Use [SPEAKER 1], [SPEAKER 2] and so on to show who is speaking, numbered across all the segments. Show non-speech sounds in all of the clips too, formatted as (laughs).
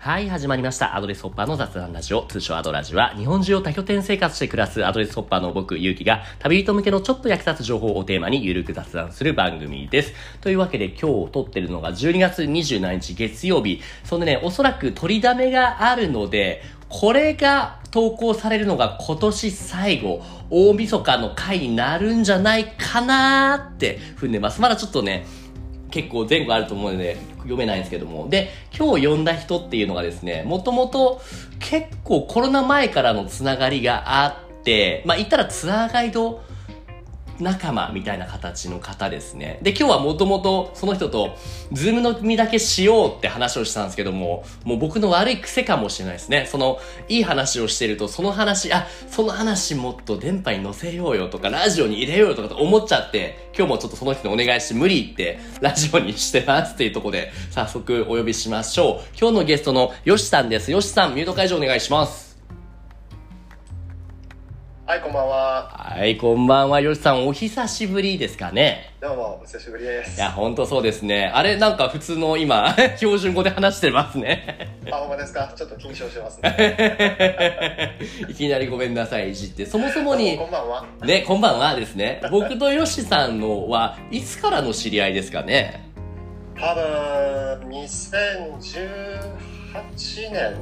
[SPEAKER 1] はい、始まりました。アドレスホッパーの雑談ラジオ、通称アドラジは、日本中を多拠点生活して暮らすアドレスホッパーの僕、ゆうきが、旅人向けのちょっと役立つ情報をテーマにゆるく雑談する番組です。というわけで、今日撮ってるのが12月27日月曜日。そんでね、おそらく取りだめがあるので、これが投稿されるのが今年最後、大晦日の回になるんじゃないかなーって踏んでます。まだちょっとね、結構前後あると思うので読めないんですけどもで今日読んだ人っていうのがですねもともと結構コロナ前からのつながりがあってまあ言ったらツアーガイド仲間みたいな形の方ですね。で、今日はもともとその人と、ズームのみだけしようって話をしたんですけども、もう僕の悪い癖かもしれないですね。その、いい話をしてると、その話、あ、その話もっと電波に乗せようよとか、ラジオに入れようよとかと思っちゃって、今日もちょっとその人にお願いして無理言って、ラジオにしてますっていうところで、早速お呼びしましょう。今日のゲストのヨシさんです。ヨシさん、ミュート解除お願いします。
[SPEAKER 2] はい、こんばんは。
[SPEAKER 1] はい、こんばんは。ヨシさん、お久しぶりですかね。
[SPEAKER 2] どうも、お久しぶりです。
[SPEAKER 1] いや、
[SPEAKER 2] あ、
[SPEAKER 1] ほんとそうですね。あれ、なんか普通の今、 (laughs) 標準語で話してますね。 (laughs)
[SPEAKER 2] ほんまですかちょっと緊張してますね。
[SPEAKER 1] いきなりごめんなさい、いじって。そもそもに
[SPEAKER 2] どうも、こんばんは。
[SPEAKER 1] ね、こんばんはですね。僕とヨシさんのはいつからの知り合いですかね。
[SPEAKER 2] 多分、2018年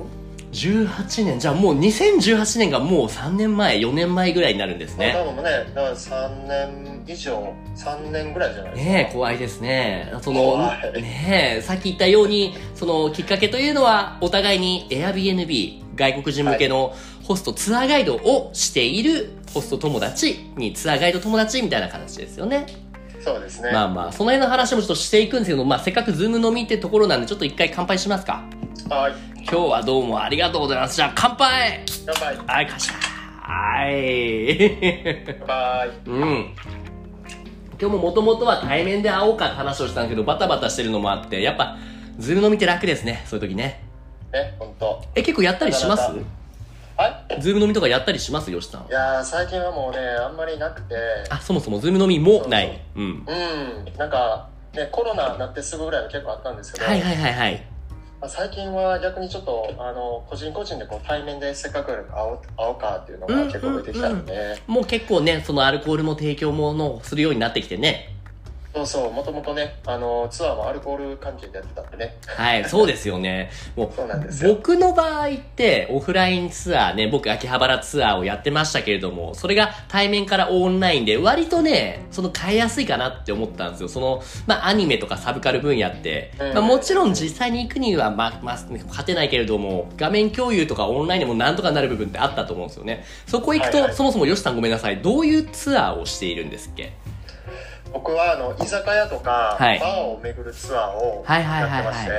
[SPEAKER 1] 18年、じゃあもう2018年がもう3年前、4年前ぐらいになるんです
[SPEAKER 2] ね。
[SPEAKER 1] ね。
[SPEAKER 2] 多分ね、だから3年以上、3年ぐらいじゃないですか。
[SPEAKER 1] ねえ、怖いですね。その
[SPEAKER 2] 怖、い
[SPEAKER 1] ねえ、さっき言ったように、そのきっかけというのは、お互いに Airbnb、外国人向けのホスト、ツアーガイドをしているホスト友達に、ツアーガイド友達みたいな形ですよね。
[SPEAKER 2] そうですね。
[SPEAKER 1] まあまあ、その辺の話もちょっとしていくんですけど、まあせっかくズーム飲みってところなんで、ちょっと一回乾杯しますか。
[SPEAKER 2] はい、
[SPEAKER 1] 今日はどうもありがとうございます。じゃあ乾杯
[SPEAKER 2] 乾杯。
[SPEAKER 1] はい、かしはい。
[SPEAKER 2] 乾杯。
[SPEAKER 1] うん今日ももともとは対面で会おうかって話をしたんだけどバタバタしてるのもあってやっぱズーム飲みって楽ですねそういう時ね
[SPEAKER 2] ね、ほんと。
[SPEAKER 1] え結構やったりします
[SPEAKER 2] なかなはい。
[SPEAKER 1] ズーム飲みとかやったりしますよしさん
[SPEAKER 2] いやー、最近はもうね、あんまりなくて、
[SPEAKER 1] あそもそもズーム飲みもな
[SPEAKER 2] そう
[SPEAKER 1] いうん
[SPEAKER 2] うん、なんか、ね、コロナになってすぐぐらいは結構あったんですけど、
[SPEAKER 1] はいはいはいはい
[SPEAKER 2] まあ最近は逆にちょっとあの個人個人でこう対面でせっかく会おう会おうかっていうのが結構出てきたので、
[SPEAKER 1] もう結構ねそのアルコールの提供ものするようになってきてね
[SPEAKER 2] そうそうもともとねあのツアーもアルコール関係でやってたんでね
[SPEAKER 1] はいそうですよねもう
[SPEAKER 2] そうなんですよ
[SPEAKER 1] 僕の場合ってオフラインツアーね僕秋葉原ツアーをやってましたけれどもそれが対面からオンラインで割とねその変えやすいかなって思ったんですよそのまあアニメとかサブカル分野って、
[SPEAKER 2] うん
[SPEAKER 1] まあ、もちろん実際に行くにはまあまあ勝てないけれども画面共有とかオンラインでもなんとかなる部分ってあったと思うんですよねそこ行くと、
[SPEAKER 2] はいはい
[SPEAKER 1] そもそもよしさんごめんなさいどういうツアーをしているんですっけ
[SPEAKER 2] 僕はあの居酒屋とか、
[SPEAKER 1] はい
[SPEAKER 2] バーを巡るツアーを
[SPEAKER 1] はいはい
[SPEAKER 2] やっ
[SPEAKER 1] はいはい
[SPEAKER 2] てまして、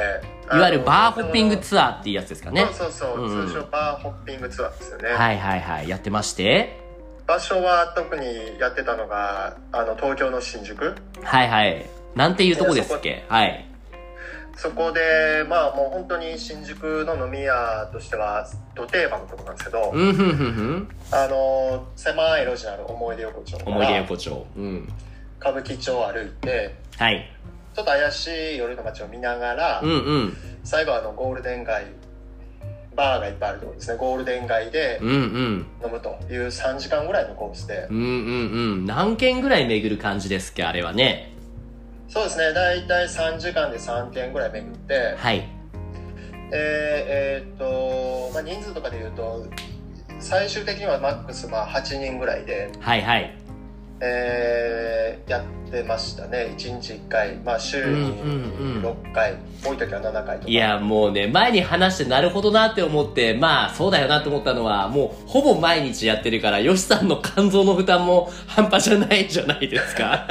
[SPEAKER 1] いわゆるバーホッピング
[SPEAKER 2] ア
[SPEAKER 1] ツアーっていうやつですか
[SPEAKER 2] ー
[SPEAKER 1] ね
[SPEAKER 2] そうそうそう、
[SPEAKER 1] うんうん
[SPEAKER 2] 通称バーホッピングツアーですよね、
[SPEAKER 1] はいはいはいやってまして
[SPEAKER 2] 場所は特にやってたのがあの東京の新宿
[SPEAKER 1] はいはいなんていうとこですっ
[SPEAKER 2] い
[SPEAKER 1] けはい
[SPEAKER 2] そこでまあもう本当に新宿の飲み屋としてはど定番のとこなんですけど、
[SPEAKER 1] うんふんふんふん
[SPEAKER 2] あの狭い路地のある思い出横丁から
[SPEAKER 1] 思い出横丁うん
[SPEAKER 2] 歌舞伎町を歩いて
[SPEAKER 1] はい
[SPEAKER 2] ちょっと怪しい夜の街を見ながら、
[SPEAKER 1] うんうん
[SPEAKER 2] 最後はあのゴールデン街バーがいっぱいあるところですねゴールデン街で
[SPEAKER 1] うんうん
[SPEAKER 2] 飲むという3時間ぐらいのコースで
[SPEAKER 1] うんうんうん何軒ぐらい巡る感じですっけあれはね
[SPEAKER 2] そうですね大体3時間で3軒ぐらい巡って
[SPEAKER 1] はい
[SPEAKER 2] えー、えーっと、まあ、人数とかで言うと最終的にはマックスまあ8人ぐらいで、
[SPEAKER 1] はいはい
[SPEAKER 2] えーやってましたね1日1回、まあ、週に
[SPEAKER 1] うんうんうん
[SPEAKER 2] 6回、多い時は7回とか
[SPEAKER 1] いやもうね前に話してなるほどなって思ってまあそうだよなって思ったのはもうほぼ毎日やってるからよしさんの肝臓の負担も半端じゃないじゃないです (laughs) か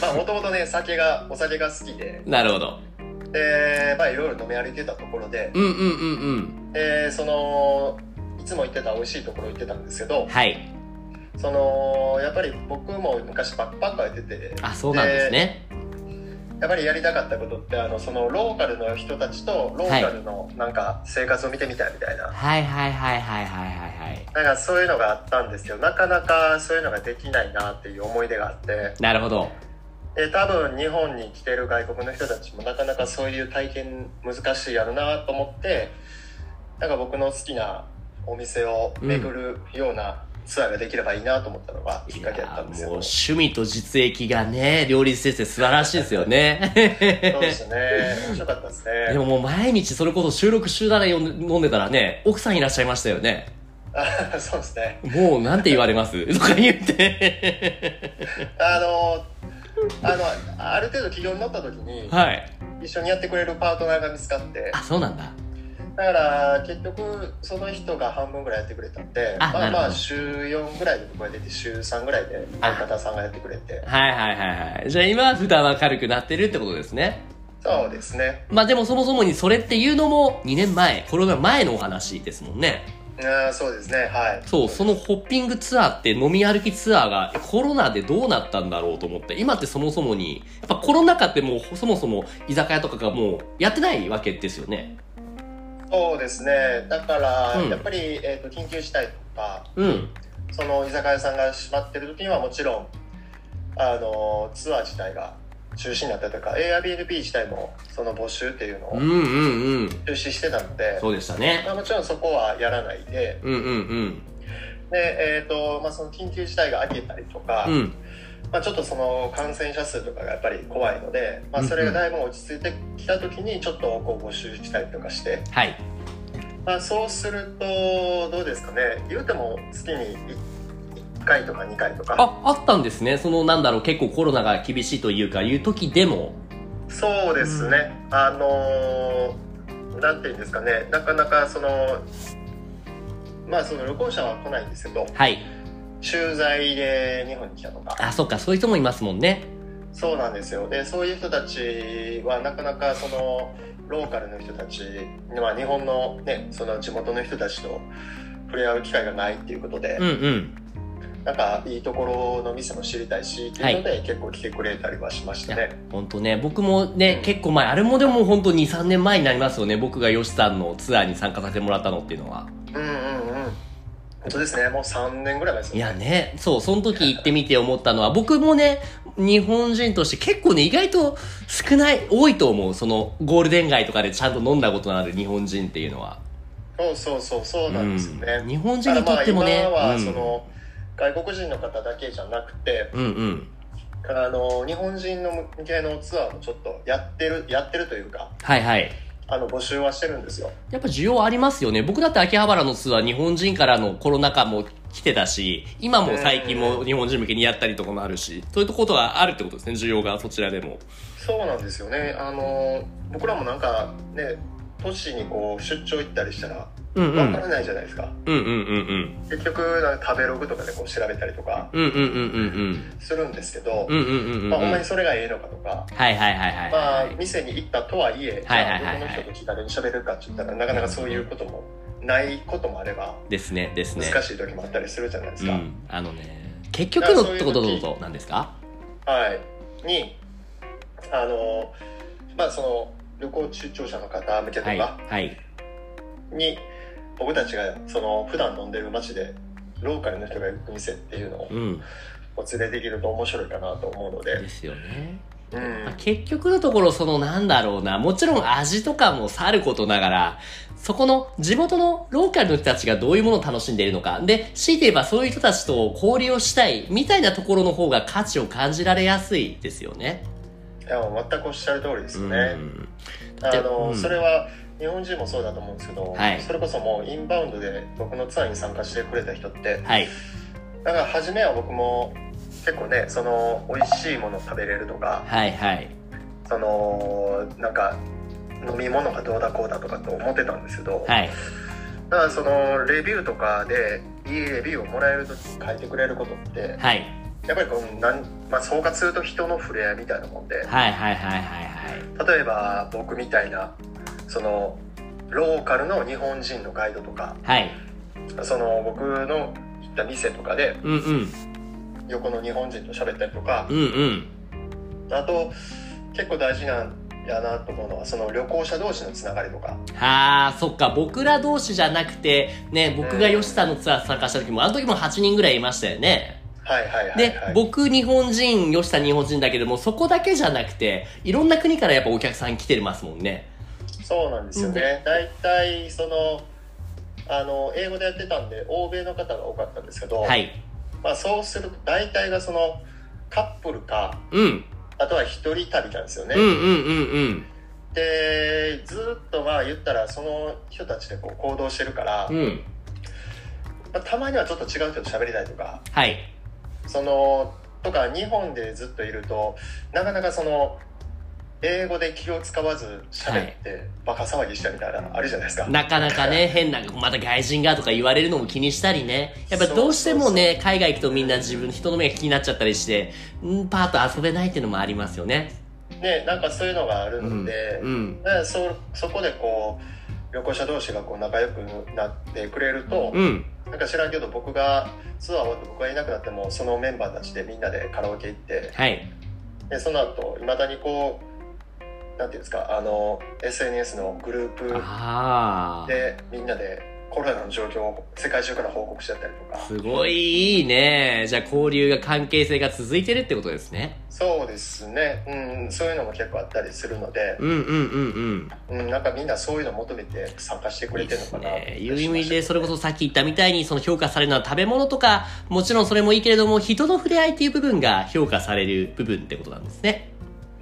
[SPEAKER 2] まあもともとね酒がお酒が好きで
[SPEAKER 1] なるほど
[SPEAKER 2] でまあいろいろ飲み歩いてたところで
[SPEAKER 1] うんうんうんうん
[SPEAKER 2] でそのいつも行ってた美味しいところ行ってたんですけど
[SPEAKER 1] はい
[SPEAKER 2] そのやっぱり僕も昔バックパッカーやってて
[SPEAKER 1] あそうなんですね
[SPEAKER 2] やっぱりやりたかったことってあのそのローカルの人たちとローカルのなんか生活を見てみたいみたいな、
[SPEAKER 1] はいはいはいはいはいはいはい
[SPEAKER 2] なんかそういうのがあったんですけどなかなかそういうのができないなっていう思い出があって
[SPEAKER 1] なるほど
[SPEAKER 2] で多分日本に来てる外国の人たちもなかなかそういう体験難しいやろなと思ってなんか僕の好きなお店を巡るようなツアーができればいいなと思ったのがきっかけだったんです
[SPEAKER 1] いやーもう
[SPEAKER 2] よ。
[SPEAKER 1] 趣味と実益がね、両立してて素晴らしいですよ
[SPEAKER 2] (laughs)
[SPEAKER 1] ね。
[SPEAKER 2] そうですね。面白かったです
[SPEAKER 1] で
[SPEAKER 2] ね。
[SPEAKER 1] ももう毎日それこそ収録中だね、よん飲んでたらね、奥さんいらっしゃいましたよね。
[SPEAKER 2] あ (laughs) そうですね。
[SPEAKER 1] もうなんて言われます
[SPEAKER 2] (laughs)
[SPEAKER 1] とか言って。
[SPEAKER 2] あの、あの、ある程度企業になった時に、
[SPEAKER 1] はい。
[SPEAKER 2] 一緒にやってくれるパートナーが見つかって、
[SPEAKER 1] あ、そうなんだ。
[SPEAKER 2] だから結局その人が半分ぐらいやってくれたんで、
[SPEAKER 1] あ
[SPEAKER 2] ま
[SPEAKER 1] な
[SPEAKER 2] あ
[SPEAKER 1] るほ
[SPEAKER 2] ま
[SPEAKER 1] ど
[SPEAKER 2] あ週4ぐらいで僕が出て、週3ぐらいで
[SPEAKER 1] あ
[SPEAKER 2] 相方さんがやってくれて、
[SPEAKER 1] はいはいはいはい。じゃあ今、普段は軽くなってるってことですね。
[SPEAKER 2] そうですね。
[SPEAKER 1] まあでもそもそもにそれっていうのも2年前、コロナ前のお話ですもんね。
[SPEAKER 2] あーそうですね。はい。
[SPEAKER 1] そう、そのホッピングツアーって飲み歩きツアーがコロナでどうなったんだろうと思って、今ってそもそもに、やっぱコロナ禍ってもうそもそも居酒屋とかがもうやってないわけですよね。
[SPEAKER 2] そうですね。だから、
[SPEAKER 1] うん
[SPEAKER 2] やっぱり、えー、と緊急事態とか、
[SPEAKER 1] うん。
[SPEAKER 2] その居酒屋さんが閉まってる時にはもちろん、あの、ツアー自体が中止になったというか、Airbnb 自体もその募集っていうの
[SPEAKER 1] う
[SPEAKER 2] を
[SPEAKER 1] んうんうん。
[SPEAKER 2] 中止してたので、
[SPEAKER 1] そうでしたね
[SPEAKER 2] ま。あ、もちろんそこはやらないで、
[SPEAKER 1] うんうん
[SPEAKER 2] で、えっ、と、まあ、その緊急事態が明けたりとか、
[SPEAKER 1] うん。うん。
[SPEAKER 2] まあ、ちょっとその感染者数とかがやっぱり怖いので、まあ、
[SPEAKER 1] うんうん
[SPEAKER 2] それがだいぶ落ち着いてきた時にちょっとこう募集したりとかして、
[SPEAKER 1] はい。
[SPEAKER 2] まあ、そうするとどうですかね言うても月に 1, 回とか2回とか
[SPEAKER 1] あ、あったんですね。そのなんだろう、結構コロナが厳しいというか、いう時でも。
[SPEAKER 2] そうですねあのーなんていうんですかねなかなかそのまあその旅行者は来ないんですけど
[SPEAKER 1] はい。
[SPEAKER 2] 駐在で日本に来たとか
[SPEAKER 1] あ、そっか、そういう人もいますもんね。
[SPEAKER 2] そうなんですよでそういう人たちはなかなかそのローカルの人たち、まあ、日本の,、ね、その地元の人たちと触れ合う機会がないっていうことで、
[SPEAKER 1] うんうん。
[SPEAKER 2] なんかいいところの店も知りたいしっていうので、結構来てくれたりはしましたね。
[SPEAKER 1] ほんとね、僕もね、結構前、あれもでもほんと2、3年前になりますよね。僕がヨシさんのツアーに参加させてもらったのっていうのは。
[SPEAKER 2] うんうんうん。本当ですね。もう3年ぐらい前です
[SPEAKER 1] い
[SPEAKER 2] よ
[SPEAKER 1] や
[SPEAKER 2] ね。
[SPEAKER 1] ね、そう、その時行ってみて思ったのは、僕もね、日本人として結構ね、意外と少ない、多いと思う。その、ゴールデン街とかでちゃんと飲んだことのある日本人っていうのは。
[SPEAKER 2] そうそうそうそうなんですよね。
[SPEAKER 1] うん日本人にとってもね
[SPEAKER 2] だからまあ今は
[SPEAKER 1] うん
[SPEAKER 2] その、外国人の方だけじゃなくて、
[SPEAKER 1] うんうん。
[SPEAKER 2] あの日本人の向けのツアーもちょっとやってるやってるというか、
[SPEAKER 1] はいはい。
[SPEAKER 2] あの募集はしてるんですよ。
[SPEAKER 1] やっぱ需要ありますよね。僕だって秋葉原のツアー日本人からのコロナ禍も来てたし、今も最近も日本人向けにやったりとかもあるし、そういうことがあるってことですね、需要がそちらでも。
[SPEAKER 2] そうなんですよね。あの僕らもなんかね、都市にこう出張行ったりしたら
[SPEAKER 1] うんうん。う
[SPEAKER 2] わ
[SPEAKER 1] ん
[SPEAKER 2] からないじゃないですか。
[SPEAKER 1] うんうんうん。
[SPEAKER 2] 結局なんか食べログとかでこう調べたりとか
[SPEAKER 1] うんうんうんうんうん。
[SPEAKER 2] するんですけど、
[SPEAKER 1] うんうんうんうん。
[SPEAKER 2] まあ、ほんま
[SPEAKER 1] は
[SPEAKER 2] に
[SPEAKER 1] い
[SPEAKER 2] それがええのかとか、
[SPEAKER 1] はいはいはい
[SPEAKER 2] ま
[SPEAKER 1] は
[SPEAKER 2] あ、店に行ったとはいえ、
[SPEAKER 1] はいはいはいはい
[SPEAKER 2] じゃあどこの人と気軽に喋るかって言ったらなかなかそういうこともないこともあれば
[SPEAKER 1] い。ですね、ですね。
[SPEAKER 2] 難しい時もあったりするじゃないです
[SPEAKER 1] う
[SPEAKER 2] か。
[SPEAKER 1] ん。あのね、結局のってことどうぞ、なんですか
[SPEAKER 2] はい、にあのまあその旅行出張者の方向けと
[SPEAKER 1] はい。
[SPEAKER 2] か
[SPEAKER 1] はい。
[SPEAKER 2] に、僕たちがその普段飲んでる街でローカルの人が行く店っていうのを
[SPEAKER 1] うん。
[SPEAKER 2] お連れできると面白いかなと思うので。
[SPEAKER 1] ですよね。
[SPEAKER 2] うん
[SPEAKER 1] まあ結局のところそのなんだろうな、もちろん味とかもさることながら、そこの地元のローカルの人たちがどういうものを楽しんでいるのか。で、強いて言えばそういう人たちと交流をしたいみたいなところの方が価値を感じられやすいですよね。
[SPEAKER 2] いや全くおっしゃる通りですよね、
[SPEAKER 1] うん。
[SPEAKER 2] あの、
[SPEAKER 1] うん
[SPEAKER 2] それは日本人もそうだと思うんですけど、
[SPEAKER 1] はい
[SPEAKER 2] それこそもうインバウンドで僕のツアーに参加してくれた人って
[SPEAKER 1] はい。
[SPEAKER 2] だから初めは僕も結構ねその美味しいもの食べれるとか
[SPEAKER 1] はいはい。
[SPEAKER 2] そのなんか飲み物がどうだこうだとかって思ってたんですけど、
[SPEAKER 1] はい。
[SPEAKER 2] ただそのレビューとかでいいレビューをもらえる時に書いてくれることって
[SPEAKER 1] はい。
[SPEAKER 2] やっぱりこうなん、まあ、総括すると人の触れ合いみたいなもんで、
[SPEAKER 1] はいはいはいはいはい。
[SPEAKER 2] 例えば僕みたいなそのローカルの日本人のガイドとか
[SPEAKER 1] はい。
[SPEAKER 2] その僕の行った店とかで
[SPEAKER 1] うんうん。
[SPEAKER 2] 横の日本人と喋ったりとか
[SPEAKER 1] うんうん。
[SPEAKER 2] あと結構大事なんやなと思うのはその旅行者同士のつながりとか
[SPEAKER 1] はあ、そっか、僕ら同士じゃなくて、ね、僕が吉さんのツアー参加した時も、あの時も8人ぐらいいましたよね。
[SPEAKER 2] はいはいはい、
[SPEAKER 1] で
[SPEAKER 2] はい。、
[SPEAKER 1] 僕日本人、吉さん日本人だけども、そこだけじゃなくて、いろんな国からやっぱお客さん来てますもんね。
[SPEAKER 2] そうなんですよね。大体、その、あの、英語でやってたんで、欧米の方が多かったんですけど、
[SPEAKER 1] はい。
[SPEAKER 2] まあそうすると、大体がその、カップルか、
[SPEAKER 1] うん。
[SPEAKER 2] あとは一人旅なんですよね。
[SPEAKER 1] うんうんうんうん。
[SPEAKER 2] で、ずっとまあ言ったら、その人たちでこう行動してるから、
[SPEAKER 1] うん。
[SPEAKER 2] まあ、たまにはちょっと違う人と喋りたいとか、
[SPEAKER 1] はい。
[SPEAKER 2] その、とか、日本でずっといると、なかなかその、英語で気を使わず喋って、バカ騒ぎしたみたいな、あるじゃないですか。
[SPEAKER 1] なかなかね、変な、また外人がとか言われるのも気にしたりね。やっぱどうしてもね、海外行くとみんな自分、人の目が気になっちゃったりして、んパーッと遊べないっていうのもありますよね。
[SPEAKER 2] ね、なんかそういうのがある
[SPEAKER 1] う
[SPEAKER 2] の
[SPEAKER 1] ん。
[SPEAKER 2] で、
[SPEAKER 1] うん。
[SPEAKER 2] でそそこでこう旅行者同士がこう仲良くなってくれると、
[SPEAKER 1] うん。
[SPEAKER 2] なんか知らんけど僕がツアー終わって僕がいなくなってもそのメンバーたちでみんなでカラオケ行って
[SPEAKER 1] はい。
[SPEAKER 2] でその後いまだにこうなんていうんですかあの SNS のグルー
[SPEAKER 1] ああ。
[SPEAKER 2] プでみんなでコロナの状況を世界中から報告しちゃったりとか
[SPEAKER 1] すごいいいね。じゃあ交流が関係性が続いてるってことですね。
[SPEAKER 2] そうですね、うん、そういうのも結構あったりするので、
[SPEAKER 1] うんうんうんうん。
[SPEAKER 2] うん、なんかみんなそういうの求めて参加してくれてるのかなって
[SPEAKER 1] ね、
[SPEAKER 2] 気が
[SPEAKER 1] 有
[SPEAKER 2] し
[SPEAKER 1] 意
[SPEAKER 2] まし
[SPEAKER 1] 味
[SPEAKER 2] た
[SPEAKER 1] でそれこそさっき言ったみたいにその評価されるのは食べ物とかもちろんそれもいいけれども人の触れ合いっていう部分が評価される部分ってことなんですね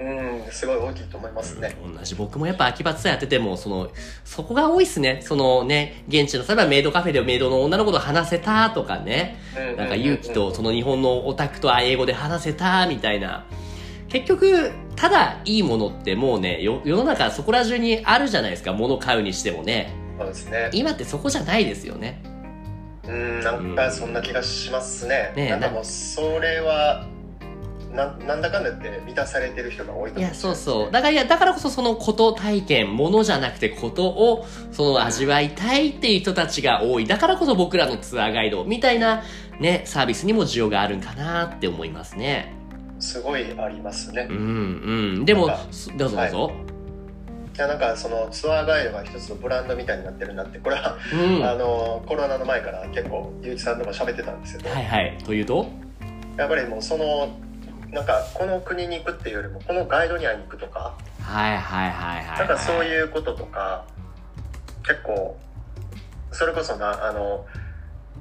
[SPEAKER 2] うんすごい大きいと思いますね、
[SPEAKER 1] 同じ僕もやっぱ秋葉ツアーやっててもそのそこが多いっすねそのね現地の例えばメイドカフェでメイドの女の子と話せたとかねなんか勇気とその日本のオタクと英語で話せたみたいな結局ただいいものってもうねよ世の中そこら中にあるじゃないですか物買うにしてもね
[SPEAKER 2] そうですね
[SPEAKER 1] 今ってそこじゃないですよね
[SPEAKER 2] うんなんかそんな気がしますね、
[SPEAKER 1] ねえ
[SPEAKER 2] なんかもうそれはななんだかんだって満たされてる人が多いと
[SPEAKER 1] い
[SPEAKER 2] 思う
[SPEAKER 1] や、そうそう。だから、いや、だからこそそのこと体験、ものじゃなくてことを、その味わいたいっていう人たちが多い。だからこそ僕らのツアーガイド、みたいな、ね、サービスにも需要があるんかなって思いますね。
[SPEAKER 2] すごいありますね、
[SPEAKER 1] うん、
[SPEAKER 2] い
[SPEAKER 1] うん。でも
[SPEAKER 2] なんか、
[SPEAKER 1] すどうぞどうぞ。
[SPEAKER 2] やなんかそのツアーガイドが一つのブランドみたいになってるなってこれは、
[SPEAKER 1] うん。
[SPEAKER 2] あ
[SPEAKER 1] は
[SPEAKER 2] のコロナの前から結構結城さんとも喋ってたんですけど、
[SPEAKER 1] いはい。というと
[SPEAKER 2] やっぱりもうそのなんかこの国に行くっていうよりもこのガイドに会いに行くとか、
[SPEAKER 1] はいはいはいはい。
[SPEAKER 2] なんかそう
[SPEAKER 1] う。
[SPEAKER 2] いうこととか結構それこそなあの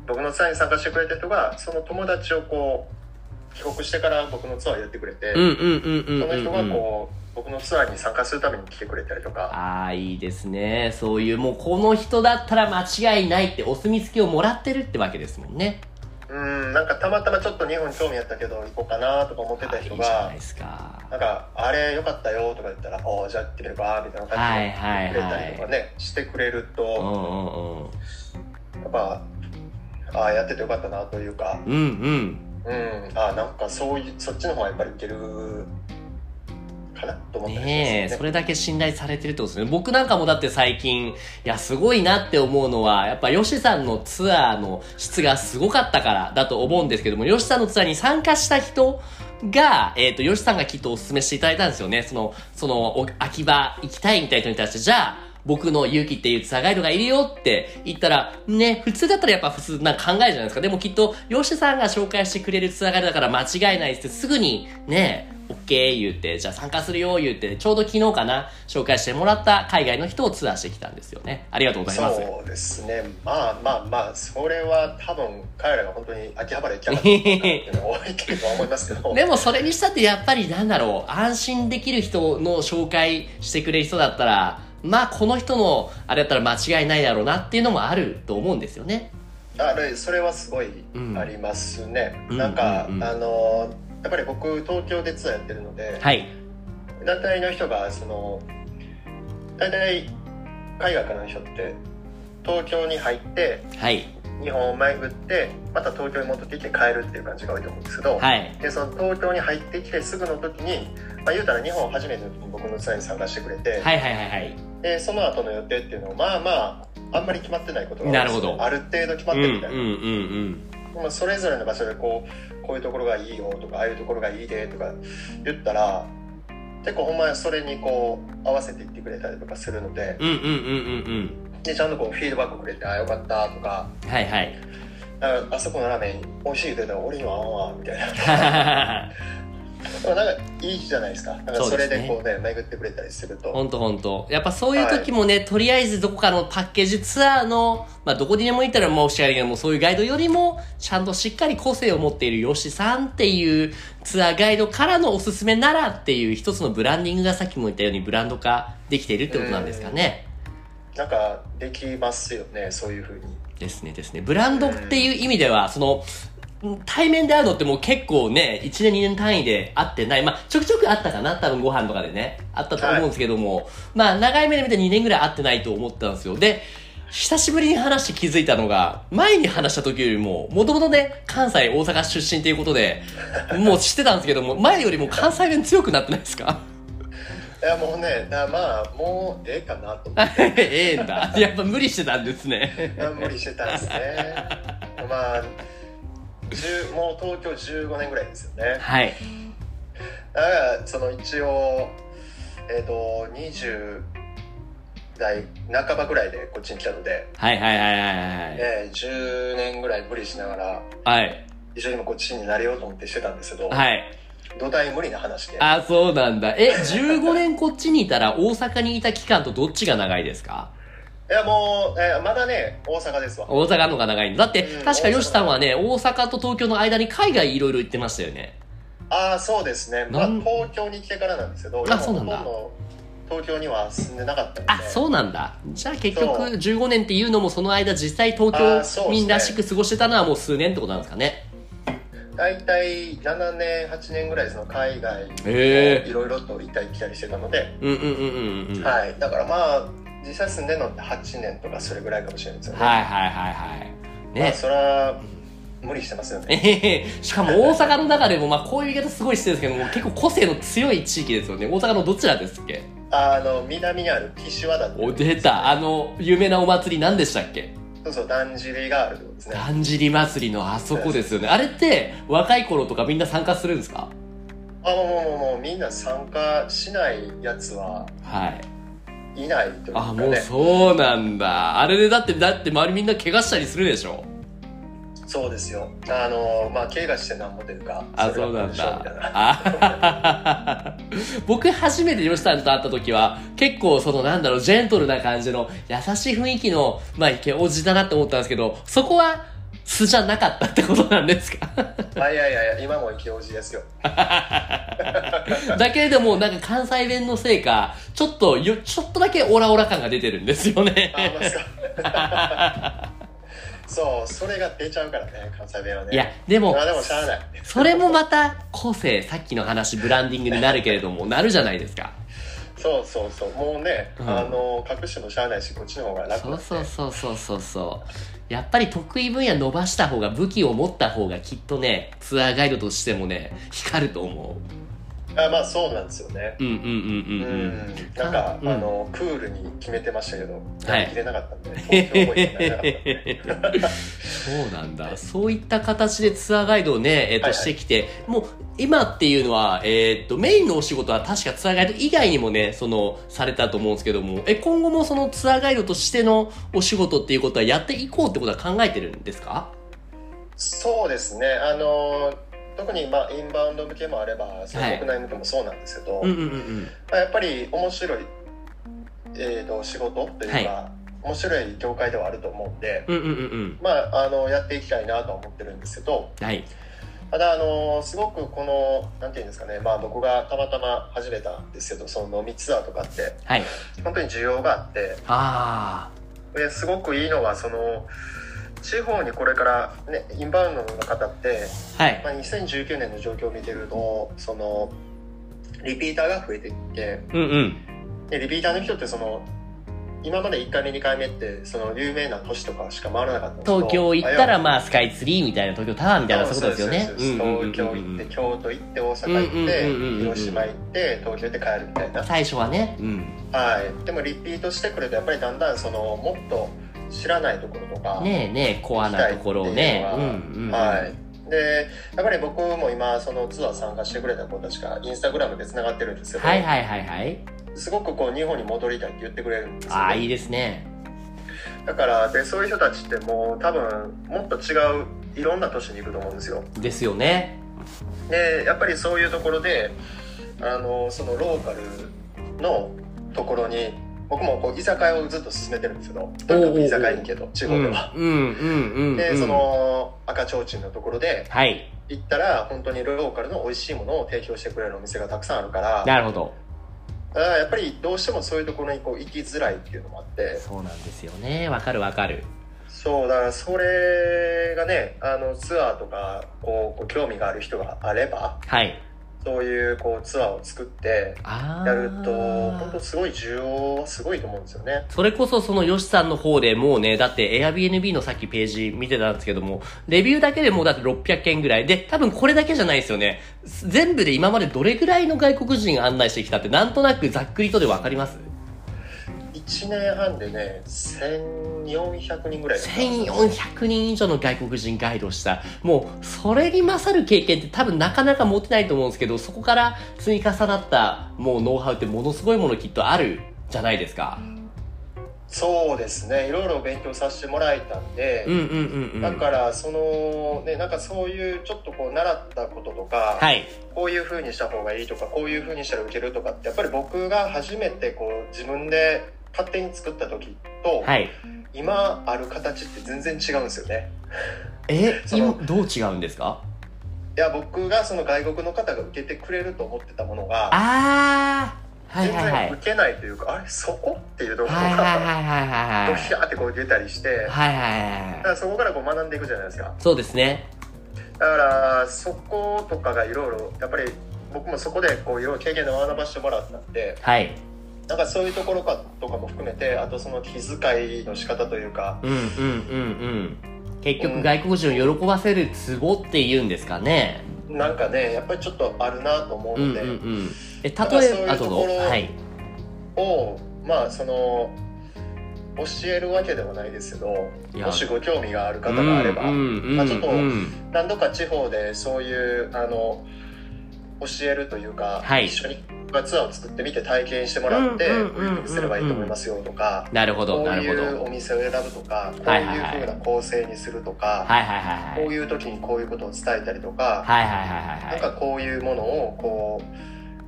[SPEAKER 2] 僕のツアーに参加してくれた人がその友達をこう帰国してから僕のツアーやってくれて、
[SPEAKER 1] うんうんうんうん
[SPEAKER 2] その人
[SPEAKER 1] う
[SPEAKER 2] が
[SPEAKER 1] んうん。
[SPEAKER 2] こう僕のツアーに参加するために来てくれたりとか
[SPEAKER 1] ああ、いいですね。そういう、もうこの人だったら間違いないってお墨付きをもらってるってわけですもんね。
[SPEAKER 2] うんなんかたまたまちょっと日本に興味あったけど行こうかなとか思ってた
[SPEAKER 1] あいいじ
[SPEAKER 2] 人
[SPEAKER 1] ゃ
[SPEAKER 2] が
[SPEAKER 1] ないですか。
[SPEAKER 2] なんか「あれよかったよ」とか言ったら「ああじゃあ行ってみるか」みたいな感じで
[SPEAKER 1] はいはい
[SPEAKER 2] くれ
[SPEAKER 1] はい
[SPEAKER 2] たりとかねしてくれる
[SPEAKER 1] うん
[SPEAKER 2] と
[SPEAKER 1] うんうん。
[SPEAKER 2] やっぱああやっててよかったなというか。
[SPEAKER 1] うんうん。
[SPEAKER 2] うん、あなんかそういうそっちの方がやっぱりいけるかなと思ったりしま
[SPEAKER 1] ね
[SPEAKER 2] すね
[SPEAKER 1] え、それだけ信頼されてるってことですね。僕なんかもだって最近、いや、すごいなって思うのは、やっぱヨシさんのツアーの質がすごかったからだと思うんですけども、ヨシさんのツアーに参加した人が、えっ、と、ヨシさんがきっとお勧めしていただいたんですよね。その、その、お秋葉行きたいみたいな人に対して、じゃあ、僕の勇気っていうツアーガイドがいるよって言ったら、ね、普通だったらやっぱ普通な考えじゃないですか。でもきっと、ヨシさんが紹介してくれるツアーガイドだから間違いないっつって、すぐに、ね、オッケー言うて、じゃあ参加するよ言うて、ちょうど昨日かな、紹介してもらった海外の人をツアーしてきたんですよね。ありがとうございます。
[SPEAKER 2] そうですねまあまあまあそれは多分彼らが本当に秋葉原行きたかったってい
[SPEAKER 1] で
[SPEAKER 2] うのは多いけど思いますけ
[SPEAKER 1] (laughs)
[SPEAKER 2] ど
[SPEAKER 1] もそれにしたってやっぱりなんだろう、安心できる人の紹介してくれる人だったら、まあこの人のあれだったら間違いないだろうなっていうのもあると思うんですよね。
[SPEAKER 2] あるそれはすごい
[SPEAKER 1] うん
[SPEAKER 2] ありますね、
[SPEAKER 1] うん
[SPEAKER 2] なんか、
[SPEAKER 1] うんうん
[SPEAKER 2] あのやっぱり僕東京でツアーやってるので、
[SPEAKER 1] はい。
[SPEAKER 2] 団体の人がその大体海外からの人って東京に入って
[SPEAKER 1] はい。
[SPEAKER 2] 日本を巡ってまた東京に戻ってきて帰るっていう感じが多いと思うんですけど、
[SPEAKER 1] はい。
[SPEAKER 2] でその東京に入ってきてすぐの時に、まあ、言うたら日本初めての時に僕のツアーに参加してくれて、
[SPEAKER 1] はいはいはいはい。
[SPEAKER 2] でその後の予定っていうのをまあまああんまり決まってないことが多い
[SPEAKER 1] なるほど
[SPEAKER 2] ある程度決ま
[SPEAKER 1] う
[SPEAKER 2] っ
[SPEAKER 1] んう
[SPEAKER 2] てる
[SPEAKER 1] ん
[SPEAKER 2] みたいな、
[SPEAKER 1] うん
[SPEAKER 2] まあ、それぞれの場所でこうこういうところがいいよとかああいうところがいいでとか言ったら結構ほんまにそれにこう合わせていってくれたりとかするので
[SPEAKER 1] うん。うんうんうんうん
[SPEAKER 2] でちゃんとこうフィードバックくれてああよかったとか
[SPEAKER 1] うん。はいはい。
[SPEAKER 2] ああそこのラーメン美味しいけど俺には合わんわみ (laughs) たいなでもなんかいいじゃないですかなんかそれでこうね巡ってくれたりすると
[SPEAKER 1] ほんとほんと。やっぱそういう時もね、とりあえずどこかのパッケージツアーの、まあどこにでも行ったらもうしゃれがもうそういうガイドよりも、ちゃんとしっかり個性を持っている吉さんっていうツアーガイドからのおすすめならっていう一つのブランディングがさっきも言ったようにブランド化できているってことなんですかね。
[SPEAKER 2] なんかできますよねそういうふうに
[SPEAKER 1] ですねですね。ブランドっていう意味では、その、対面で会うのってもう結構ね、1年2年単位で会ってない。まあ、ちょくちょく会ったかな多分ご飯とかでね。会ったと思うんですけども。まあ、長い目で見て2年ぐらい会ってないと思ったんですよ。で、久しぶりに話して気づいたのが、前に話した時よりも、もともとね、関西、大阪出身ということで、もう知ってたんですけども、前よりも関西弁強くなってないですか (laughs)
[SPEAKER 2] いやもうねなまあもうええかなと思って
[SPEAKER 1] ええんだ。やっぱ無理してたんです
[SPEAKER 2] (laughs)
[SPEAKER 1] ね。
[SPEAKER 2] あ無理してたんですねまあ10もう東京15年ぐらいですよね
[SPEAKER 1] はい。
[SPEAKER 2] だからその一応えっ、と20代半ばぐらいでこっちに来たので、
[SPEAKER 1] はいはいはいはいはい。
[SPEAKER 2] えー10年ぐらい無理しながら
[SPEAKER 1] はい。
[SPEAKER 2] 一緒にもこっちになれようと思ってしてたんですけど、
[SPEAKER 1] はい。
[SPEAKER 2] 土台無理な話で
[SPEAKER 1] あ、そうなんだ。え、15年こっちにいたら大阪にいた期間とどっちが長いですか
[SPEAKER 2] いやもう、えーまだね大阪ですわ
[SPEAKER 1] 大阪の方が長いんだ。だって
[SPEAKER 2] う、ん
[SPEAKER 1] 確かヨシさんはね、大阪と東京の間に海外いろいろ行ってましたよね。
[SPEAKER 2] ああそうですね、まあ、
[SPEAKER 1] なん
[SPEAKER 2] 東京に来てからなんですけど
[SPEAKER 1] あそうなんだ
[SPEAKER 2] でもほとんど東京には住んでなかったので
[SPEAKER 1] あ、そうなんだ。じゃあ結局
[SPEAKER 2] そう
[SPEAKER 1] 15年っていうのもその間実際東
[SPEAKER 2] あそう
[SPEAKER 1] 京
[SPEAKER 2] ですね
[SPEAKER 1] 民らしく過ごしてたのはもう数年ってことなんですかね。
[SPEAKER 2] 大体7年8年ぐらいその海外
[SPEAKER 1] へえ
[SPEAKER 2] いろいろと行ったり来たりしてたので、
[SPEAKER 1] うんうんうんうんうん。はい
[SPEAKER 2] はい、だからまあ実際住んでるのって8年とかそれぐらいかもしれないですよね、
[SPEAKER 1] はいはいはい。
[SPEAKER 2] まあ
[SPEAKER 1] ね。
[SPEAKER 2] それは無理してますよね
[SPEAKER 1] ええしかも大阪の中でも、まあこういう言い方すごいしてるんですけども、結構個性の強い地域ですよね。大阪のどちらですっけ
[SPEAKER 2] あの南にある岸和田って
[SPEAKER 1] お、出た。あの、有名なお祭り何でしたっけ
[SPEAKER 2] そうそうだんじりがあるってことですね
[SPEAKER 1] だんじり祭りのあそこですよね。あれって、若い頃とかみんな参加するんですか
[SPEAKER 2] あもうもうもうもうみんな参加しないやつは
[SPEAKER 1] はい。
[SPEAKER 2] いないという
[SPEAKER 1] あ、
[SPEAKER 2] か
[SPEAKER 1] もう
[SPEAKER 2] ね
[SPEAKER 1] そうなんだ。あれでだって、だって周りみんな怪我したりするでしょ
[SPEAKER 2] そうですよあのまあ怪我してなんぼというか
[SPEAKER 1] あ、
[SPEAKER 2] れが
[SPEAKER 1] そうなん
[SPEAKER 2] 本当に勝負
[SPEAKER 1] だ
[SPEAKER 2] な。
[SPEAKER 1] あ僕初めて吉さんと会った時は、結構そのなんだろう、ジェントルな感じの優しい雰囲気の、まあ、イケおじだなって思ったんですけど、そこは素じゃなかったってことなんですか
[SPEAKER 2] あいやいやいや今も池おじですよ
[SPEAKER 1] (laughs) だけれども、なんか関西弁のせいか、ちょっとよ、ちょっとだけオラオラ感が出てるんですよね。
[SPEAKER 2] あますか
[SPEAKER 1] (laughs)
[SPEAKER 2] そうそれが出ちゃうからね関西弁はね
[SPEAKER 1] いや、でも
[SPEAKER 2] ま、あでもしゃあない
[SPEAKER 1] それもまた個性、さっきの話、ブランディングになるけれども、なるじゃないですか。
[SPEAKER 2] そうそうそうもうね、
[SPEAKER 1] うん
[SPEAKER 2] あの隠してもしゃあないしこっちの方が楽
[SPEAKER 1] そ
[SPEAKER 2] な
[SPEAKER 1] うん
[SPEAKER 2] で
[SPEAKER 1] そうそうそうそうそう。やっぱり得意分野伸ばした方が、武器を持った方がきっとね、ツアーガイドとしてもね、光ると思
[SPEAKER 2] あまあそうなんですよね
[SPEAKER 1] う。うんうん
[SPEAKER 2] う
[SPEAKER 1] うん
[SPEAKER 2] ん、
[SPEAKER 1] うんうん。
[SPEAKER 2] なんか、
[SPEAKER 1] うん
[SPEAKER 2] あのクールに決めてましたけど、
[SPEAKER 1] はい
[SPEAKER 2] 決めなかったんで東京思いになれなかったんで
[SPEAKER 1] そうなんだ。そういった形でツアーガイドをね、えっ、と、
[SPEAKER 2] はいはい
[SPEAKER 1] してきて、もう、今っていうのは、えっ、と、メインのお仕事は確かツアーガイド以外にもね、その、されたと思うんですけども、え、今後もそのツアーガイドとしてのお仕事っていうことはやっていこうってことは考えてるんですか
[SPEAKER 2] そうですねあの特に、まあ、インバウンド向けもあればその
[SPEAKER 1] はい
[SPEAKER 2] 国内向けもそうなんですけど、
[SPEAKER 1] うんうんうんうん。
[SPEAKER 2] まあ、やっぱり面白い、えー、と仕事というか、面白い業界ではあると思うんで、
[SPEAKER 1] うんうんうんうん。
[SPEAKER 2] まあ、あのやっていきたいなとは思ってるんですけど
[SPEAKER 1] はい。
[SPEAKER 2] ただあのすごくこのなんていうんですかね、まあ、僕がたまたま始めたんですけどその飲みツアーとかって
[SPEAKER 1] はい。
[SPEAKER 2] 本当に需要があって
[SPEAKER 1] あ
[SPEAKER 2] ですごくいいのがその地方にこれから、ね、インバウンドの方って、
[SPEAKER 1] あ。はい
[SPEAKER 2] ま。あ、2019年の状況を見てるとそのリピーターが増えてきて
[SPEAKER 1] うんうん。
[SPEAKER 2] でリピーターの人ってその今まで1回目2回目ってその有名な都市とかしか回らなかったんですけど
[SPEAKER 1] 東京行ったら、
[SPEAKER 2] あ
[SPEAKER 1] まあ、スカイツリーみたいな、東京タワーみたいな、そういうことですよね
[SPEAKER 2] そ。う
[SPEAKER 1] う
[SPEAKER 2] そうんそうう
[SPEAKER 1] う
[SPEAKER 2] ん
[SPEAKER 1] んうん
[SPEAKER 2] 東京行って京都行って大阪行って、
[SPEAKER 1] うんうんうんうんうん
[SPEAKER 2] 広島行って東京行って帰るみたいな、
[SPEAKER 1] 最初はね。うん。
[SPEAKER 2] はい、でもリピートしてくれるとやっぱりだんだんそのもっと知らないところとか、
[SPEAKER 1] ねえねえ、コアなところをね。
[SPEAKER 2] 行きたいって
[SPEAKER 1] うんうんうん。
[SPEAKER 2] はい、でやっぱり僕も今そのツアー参加してくれた子たちがインスタグラムでつながってるんですけど、
[SPEAKER 1] はいはいはいはい。
[SPEAKER 2] すごくこう日本に戻りたいって言ってくれるんですよね
[SPEAKER 1] ああ、いいですね。
[SPEAKER 2] だからでそういう人たちってもう多分もっと違ういろんな都市に行くと思うんですよ
[SPEAKER 1] ですよね。
[SPEAKER 2] でやっぱりそういうところであのそのローカルのところに僕もこう居酒屋をずっと進めてるんですけどとにかく居酒屋に行けと中
[SPEAKER 1] うん、う
[SPEAKER 2] 国
[SPEAKER 1] ん、う
[SPEAKER 2] で
[SPEAKER 1] ん
[SPEAKER 2] は。、
[SPEAKER 1] うんうん。
[SPEAKER 2] でそ、の赤ちょうちんのところで
[SPEAKER 1] はい。
[SPEAKER 2] 行ったら本当にローカルの美味しいものを提供してくれるお店がたくさんあるから
[SPEAKER 1] なるほど。
[SPEAKER 2] だからやっぱりどうしてもそういうところにこう行きづらいっていうのもあって
[SPEAKER 1] そうなんですよね。わかるわかる。
[SPEAKER 2] そうだからそれがねあのツアーとかこうこう興味がある人があれば
[SPEAKER 1] はい。
[SPEAKER 2] そういうこうツアーを作って
[SPEAKER 1] ああ。
[SPEAKER 2] やると本当すごい需要はすごいと思うんですよね。
[SPEAKER 1] それこそそのヨシさんの方でもうね、だって Airbnb のさっきページ見てたんですけども、レビューだけでもうだって600件ぐらい。で、多分これだけじゃないですよね。す全部で今までどれぐらいの外国人案内してきたってなんとなくざっくりとでわかります
[SPEAKER 2] 1年半でね1400人ぐらいだったんですよ
[SPEAKER 1] ?1400 人以上の外国人ガイドをした。もう、それに勝る経験って多分なかなか持てないと思うんですけど、そこから積み重なったもうノウハウってものすごいものきっとあるじゃないですか。
[SPEAKER 2] そうですねいろいろ勉強させてもらえたんで
[SPEAKER 1] うん、うんうんうん。
[SPEAKER 2] だからそのねなんかそういうちょっとこう習ったこととか、
[SPEAKER 1] はい。
[SPEAKER 2] こういう風にした方がいいとかこういう風にしたらウケるとかってやっぱり僕が初めてこう自分で勝手に作った時と、
[SPEAKER 1] はい。
[SPEAKER 2] 今ある形って全然違うんですよね。
[SPEAKER 1] え、
[SPEAKER 2] そ
[SPEAKER 1] 今
[SPEAKER 2] の
[SPEAKER 1] どう違うんですか
[SPEAKER 2] いや僕がその外国の方が受けてくれると思ってたものが
[SPEAKER 1] ああは
[SPEAKER 2] 全
[SPEAKER 1] いはいはい
[SPEAKER 2] 然受けないというか、あれそこっていうところ
[SPEAKER 1] はいはい
[SPEAKER 2] が
[SPEAKER 1] はいはいはい
[SPEAKER 2] ドヒャーってこう出たりしてだ
[SPEAKER 1] はいはいはい
[SPEAKER 2] からそこからこう学んでいくじゃないですか
[SPEAKER 1] そうですね
[SPEAKER 2] だからそことかがいろいろやっぱり僕もそこでこういろいろ経験で学ばせてもらったんで
[SPEAKER 1] はい
[SPEAKER 2] なんかそういうところかとかも含めてあとその気遣いの仕方というか
[SPEAKER 1] うんうんうんうん結局外国人を喜ばせるツボっていうんですかね
[SPEAKER 2] なんかねやっぱりちょっとあるなと思う
[SPEAKER 1] うん
[SPEAKER 2] の
[SPEAKER 1] うん
[SPEAKER 2] で、
[SPEAKER 1] うんえ例
[SPEAKER 2] だからそう
[SPEAKER 1] え
[SPEAKER 2] いう
[SPEAKER 1] ばあどうぞ
[SPEAKER 2] ところ
[SPEAKER 1] はい
[SPEAKER 2] をまあその教えるわけではないですけど
[SPEAKER 1] いや
[SPEAKER 2] もしご興味がある方があれば、
[SPEAKER 1] うんうん
[SPEAKER 2] まあちょっと
[SPEAKER 1] うん
[SPEAKER 2] 何度か地方でそういうあの教えるというか、
[SPEAKER 1] はい
[SPEAKER 2] 一緒にツアーを作ってみて体験してもらってこ
[SPEAKER 1] うんうんう
[SPEAKER 2] うん
[SPEAKER 1] うんうん
[SPEAKER 2] いうふうにすればいいと思いますよとか。
[SPEAKER 1] なるほど
[SPEAKER 2] こう
[SPEAKER 1] なるほど
[SPEAKER 2] いうお店を選ぶとか、こう
[SPEAKER 1] はい
[SPEAKER 2] いう
[SPEAKER 1] はいはい
[SPEAKER 2] ふうな構成にするとか、
[SPEAKER 1] はいはいはいはい
[SPEAKER 2] こういう時にこういうことを伝えたりとか、
[SPEAKER 1] はいはいはいはい
[SPEAKER 2] なんかこういうものをこ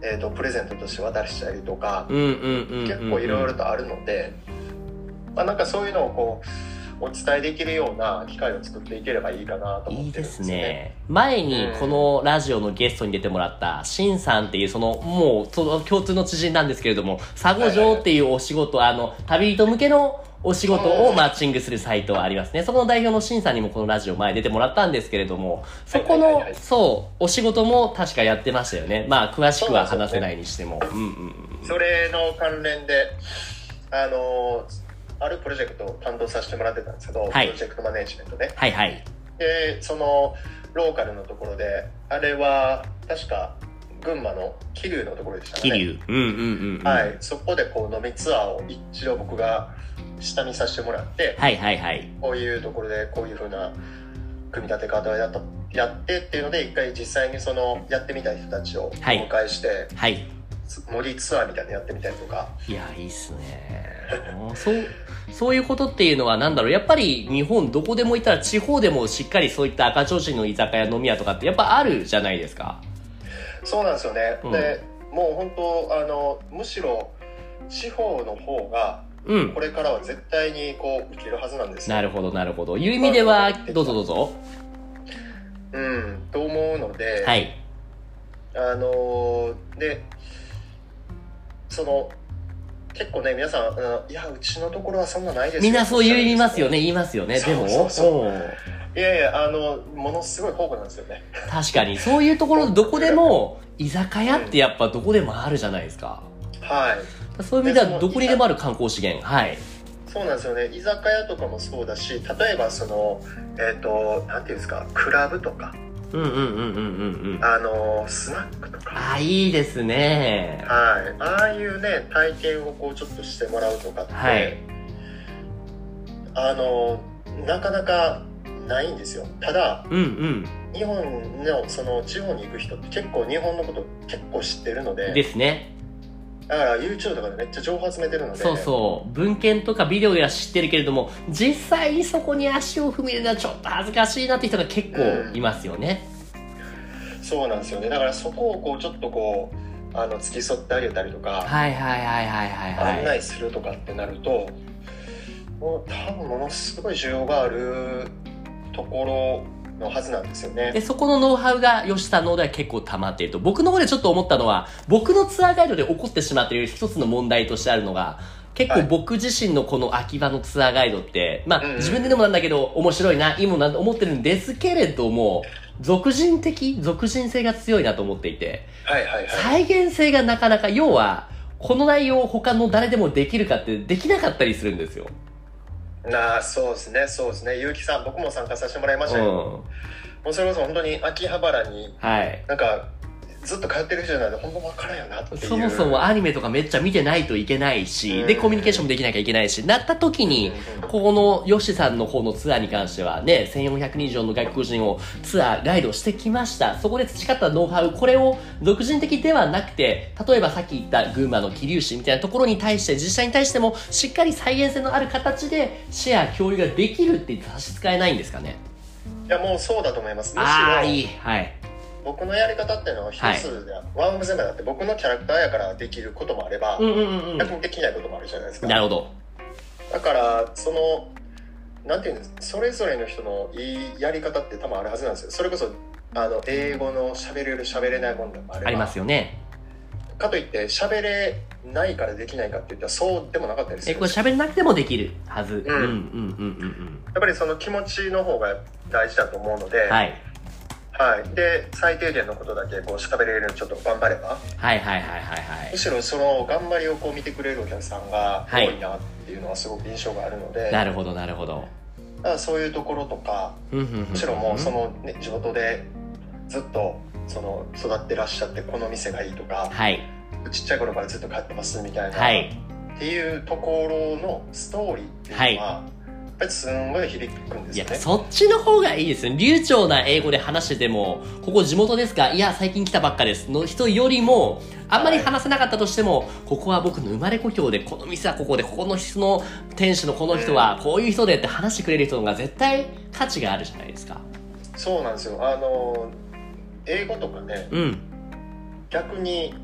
[SPEAKER 2] う、えー、とプレゼントとして渡したりとか、
[SPEAKER 1] うんうんうんうん
[SPEAKER 2] 結構いろいろとあるので、まあ、なんかそういうのをこうお伝えできるような機会を作っていければいいかなと思
[SPEAKER 1] いい
[SPEAKER 2] って
[SPEAKER 1] で
[SPEAKER 2] るんです
[SPEAKER 1] す
[SPEAKER 2] よね。
[SPEAKER 1] ね。前にこのラジオのゲストに出てもらった、シンさんっていう、その、もう、その共通の知人なんですけれども、佐護城っていうお仕事、あの、旅人向けのお仕事をマッチングするサイトありますね。そこの代表のシンさんにもこのラジオ前出てもらったんですけれども、そこ
[SPEAKER 2] はいはい
[SPEAKER 1] の
[SPEAKER 2] はいは、い
[SPEAKER 1] そう、お仕事も確かやってましたよね。まあ、詳しくは話せないにしても。うんうんうん。
[SPEAKER 2] それの関連であのあるプロジェクトを担当させてもらってたんですけど、
[SPEAKER 1] はい
[SPEAKER 2] プロジェクトマネージメントね。
[SPEAKER 1] はいはい。
[SPEAKER 2] でそのローカルのところであれは確か群馬の桐生のところでしたかね。
[SPEAKER 1] 桐生。うんうんうんうん。
[SPEAKER 2] はい、そこでこう飲みツアーを一度僕が下見させてもらって
[SPEAKER 1] はいはいはい。
[SPEAKER 2] こういうところでこういうふうな組み立て方をやったやってっていうので一回実際にそのやってみたい人たちをお
[SPEAKER 1] はい
[SPEAKER 2] 迎えして、
[SPEAKER 1] はい。
[SPEAKER 2] つ森ツアーみたいなのやってみたりとか
[SPEAKER 1] いや、いいっすね。そう、そういうことっていうのはなんだろう。やっぱり日本どこでも行ったら地方でもしっかりそういった赤ちょうちんの居酒屋飲み屋とかってやっぱあるじゃないですか。
[SPEAKER 2] そうなんですよね、
[SPEAKER 1] うん
[SPEAKER 2] でもう本当あのむしろ地方の方が
[SPEAKER 1] うん
[SPEAKER 2] こ。れからは絶対にこう受けるはずなんですよ
[SPEAKER 1] なるほど、なるほど。いう意味では、どうぞどうぞ。
[SPEAKER 2] うんと思うので、
[SPEAKER 1] はい。
[SPEAKER 2] あのーでその結構ね皆さんあの「いやうちのところはそんなないですよ
[SPEAKER 1] みんなそう言いますよね、言いますよね。でも、
[SPEAKER 2] そうそうそ
[SPEAKER 1] うん
[SPEAKER 2] いやいやあのものすごい宝庫なんですよね
[SPEAKER 1] 確かに、そういうところどこでも、居酒屋ってやっぱどこでもあるじゃないですか。
[SPEAKER 2] はい
[SPEAKER 1] そういう意味ではどこにでもある観光資源。はい。
[SPEAKER 2] そうなんですよね居酒屋とかもそうだし例えばそのえっ、となんていうんですかクラブとか
[SPEAKER 1] うんうんうんうんうんうん。
[SPEAKER 2] あのースナックとか
[SPEAKER 1] あ、いいですね。
[SPEAKER 2] はいああいうね体験をこうちょっとしてもらうとかって、
[SPEAKER 1] はい
[SPEAKER 2] あのーなかなかないんですよただ
[SPEAKER 1] うんうん。
[SPEAKER 2] 日本のその地方に行く人って結構日本のこと結構知ってるので
[SPEAKER 1] ですね。
[SPEAKER 2] だから YouTube とかでめっちゃ情報集めてるので
[SPEAKER 1] そうそう文献とかビデオでは知ってるけれども実際にそこに足を踏み入れるのはちょっと恥ずかしいなって人が結構いますよね、
[SPEAKER 2] そうなんですよねだからそこをこうちょっとこうあの付き添ってあげたりとか、
[SPEAKER 1] はいはいはいはいは
[SPEAKER 2] 案
[SPEAKER 1] いはい
[SPEAKER 2] 内するとかってなるともう多分ものすごい需要があるところのはずなんですよね
[SPEAKER 1] でそこのノウハウが吉さんの方では結構溜まっていると僕の方でちょっと思ったのは僕のツアーガイドで起こってしまっている一つの問題としてあるのが結構
[SPEAKER 2] はい
[SPEAKER 1] 僕自身のこの秋葉のツアーガイドって、ま
[SPEAKER 2] うんう
[SPEAKER 1] あ
[SPEAKER 2] ん
[SPEAKER 1] 自分ででもなんだけど面白いな、いいもんなんて思ってるんですけれども、俗人的、俗人性が強いなと思っていて、
[SPEAKER 2] はいはいはい
[SPEAKER 1] 再現性がなかなか、要は、この内容を他の誰でもできるかってできなかったりするんですよ。
[SPEAKER 2] なあそうですねそうですね結城さん僕も参加させてもらいま
[SPEAKER 1] う
[SPEAKER 2] したよ、
[SPEAKER 1] ん。
[SPEAKER 2] もうそれこそ本当に秋葉原に
[SPEAKER 1] はい。
[SPEAKER 2] なんかずっと通ってる人じゃないと本当分からんよなっていう
[SPEAKER 1] そもそもアニメとかめっちゃ見てないといけないし、で、
[SPEAKER 2] うん
[SPEAKER 1] コミュニケーションもできなきゃいけないし、なった時に、このヨシさんの方のツアーに関してはね、1400人以上の外国人をツアーガイドしてきました。そこで培ったノウハウ、これを独人的ではなくて、例えばさっき言った群馬の桐生市みたいなところに対して、実際に対してもしっかり再現性のある形でシェア、共有ができるって差し支えないんですかね。
[SPEAKER 2] いやもうそうだと思いますむし
[SPEAKER 1] ああ、
[SPEAKER 2] ろ
[SPEAKER 1] いい。はい。
[SPEAKER 2] 僕のやり方っていうのは一つで、ワンオブゼムだって僕のキャラクターやからできることもあれば、
[SPEAKER 1] うんうんうんうん。
[SPEAKER 2] 逆にできないこともあるじゃないですか
[SPEAKER 1] なるほど。
[SPEAKER 2] だからそのなんていうんですそれぞれの人のいいやり方って多分あるはずなんですよそれこそあの英語の喋れる喋れないもんでもあれば
[SPEAKER 1] ありますよね。
[SPEAKER 2] かといって喋れないからできないかって言ったらそうでもなかったりす
[SPEAKER 1] え、
[SPEAKER 2] る
[SPEAKER 1] これ喋れなくてもできるはず。うん
[SPEAKER 2] ん
[SPEAKER 1] うんうんうん
[SPEAKER 2] やっぱりその気持ちの方が大事だと思うので、
[SPEAKER 1] うん。はい。
[SPEAKER 2] はい、で最低限のことだけこう喋れるようにちょっと頑張れば
[SPEAKER 1] はいはいはいはいはい
[SPEAKER 2] む。しろその頑張りをこう見てくれるお客さんが多いなっていうのはすごく印象があるので、
[SPEAKER 1] なるほどなるほど。
[SPEAKER 2] だからそういうところとか
[SPEAKER 1] む
[SPEAKER 2] むしろもうその、ね、地元でずっとその育ってらっしゃってこの店がいいとか
[SPEAKER 1] はい
[SPEAKER 2] ちっちゃい頃からずっと買ってますみたいな、
[SPEAKER 1] はい
[SPEAKER 2] っていうところのストーリーっていうのは、やっぱりすんごい響くんで
[SPEAKER 1] い
[SPEAKER 2] すよ
[SPEAKER 1] や
[SPEAKER 2] ね。
[SPEAKER 1] そっちの方がいいですね流暢な英語で話しててもここ地元ですかいや最近来たばっかですの人よりもあんまり話せなかったとしても、ここは僕の生まれ故郷でこの店はここでここの人の店主のこの人はこういう人でって話してくれる人の方が絶対価値があるじゃないですか
[SPEAKER 2] そうなんですよあの英語とかね
[SPEAKER 1] うん
[SPEAKER 2] 逆に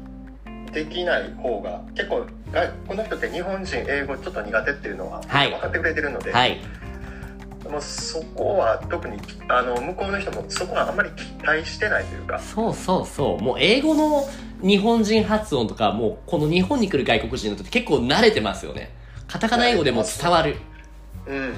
[SPEAKER 2] できない方が結構外この人って日本人英語ちょっと苦手っていうのは
[SPEAKER 1] はい
[SPEAKER 2] 分かってくれてるので、
[SPEAKER 1] はい
[SPEAKER 2] もうそこは特にあの向こうの人もそこはあんまり期待してないというか
[SPEAKER 1] そうそうそうもう英語の日本人発音とかもうこの日本に来る外国人の人って結構慣れてますよねカタカナ英語でも伝わる
[SPEAKER 2] うん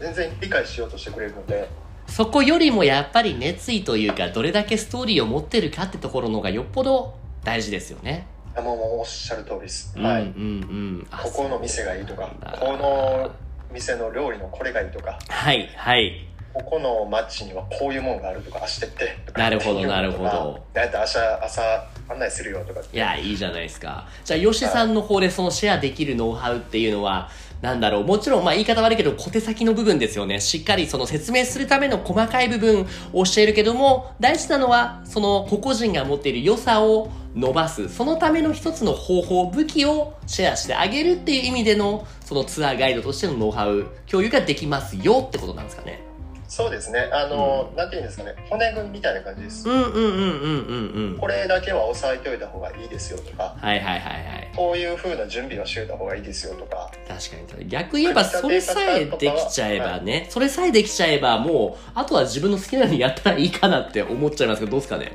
[SPEAKER 2] 全然理解しようとしてくれるので
[SPEAKER 1] そこよりもやっぱり熱意というかどれだけストーリーを持ってるかってところの方がよっぽど大事ですよね。
[SPEAKER 2] あもうもうおっしゃる通りです、は
[SPEAKER 1] うんうん
[SPEAKER 2] い
[SPEAKER 1] うん。あ
[SPEAKER 2] ここの店がいいとか
[SPEAKER 1] あー
[SPEAKER 2] この店の料理のこれがいいとか
[SPEAKER 1] はいはい。
[SPEAKER 2] ここの街にはこういうもんがあるとか明日行ってとか
[SPEAKER 1] なるほどなるほど
[SPEAKER 2] だ (laughs) いたい朝朝案内するよとか
[SPEAKER 1] いやいいじゃないですか。じゃあ吉さんの方でそのシェアできるノウハウっていうのはなんだろうもちろんまあ言い方悪いけど小手先の部分ですよね。しっかりその説明するための細かい部分を教えるけども大事なのはその個々人が持っている良さを伸ばすそのための一つの方法武器をシェアしてあげるっていう意味でのそのツアーガイドとしてのノウハウ共有ができますよってことなんですかね。
[SPEAKER 2] そうですねあの、
[SPEAKER 1] う
[SPEAKER 2] なんていうんですかね骨組みみたいな感じです、
[SPEAKER 1] うんうんうんうんうんうん。
[SPEAKER 2] これだけは押さえておいた方がいいですよとか
[SPEAKER 1] はいはいはいはい。
[SPEAKER 2] こういう風な準備をしておいた方がいいですよとか
[SPEAKER 1] 確かに逆言えばそれさえできちゃえばねそれさえできちゃえばもうあとは自分の好きなようにやったらいいかなって思っちゃいますけどどうですかね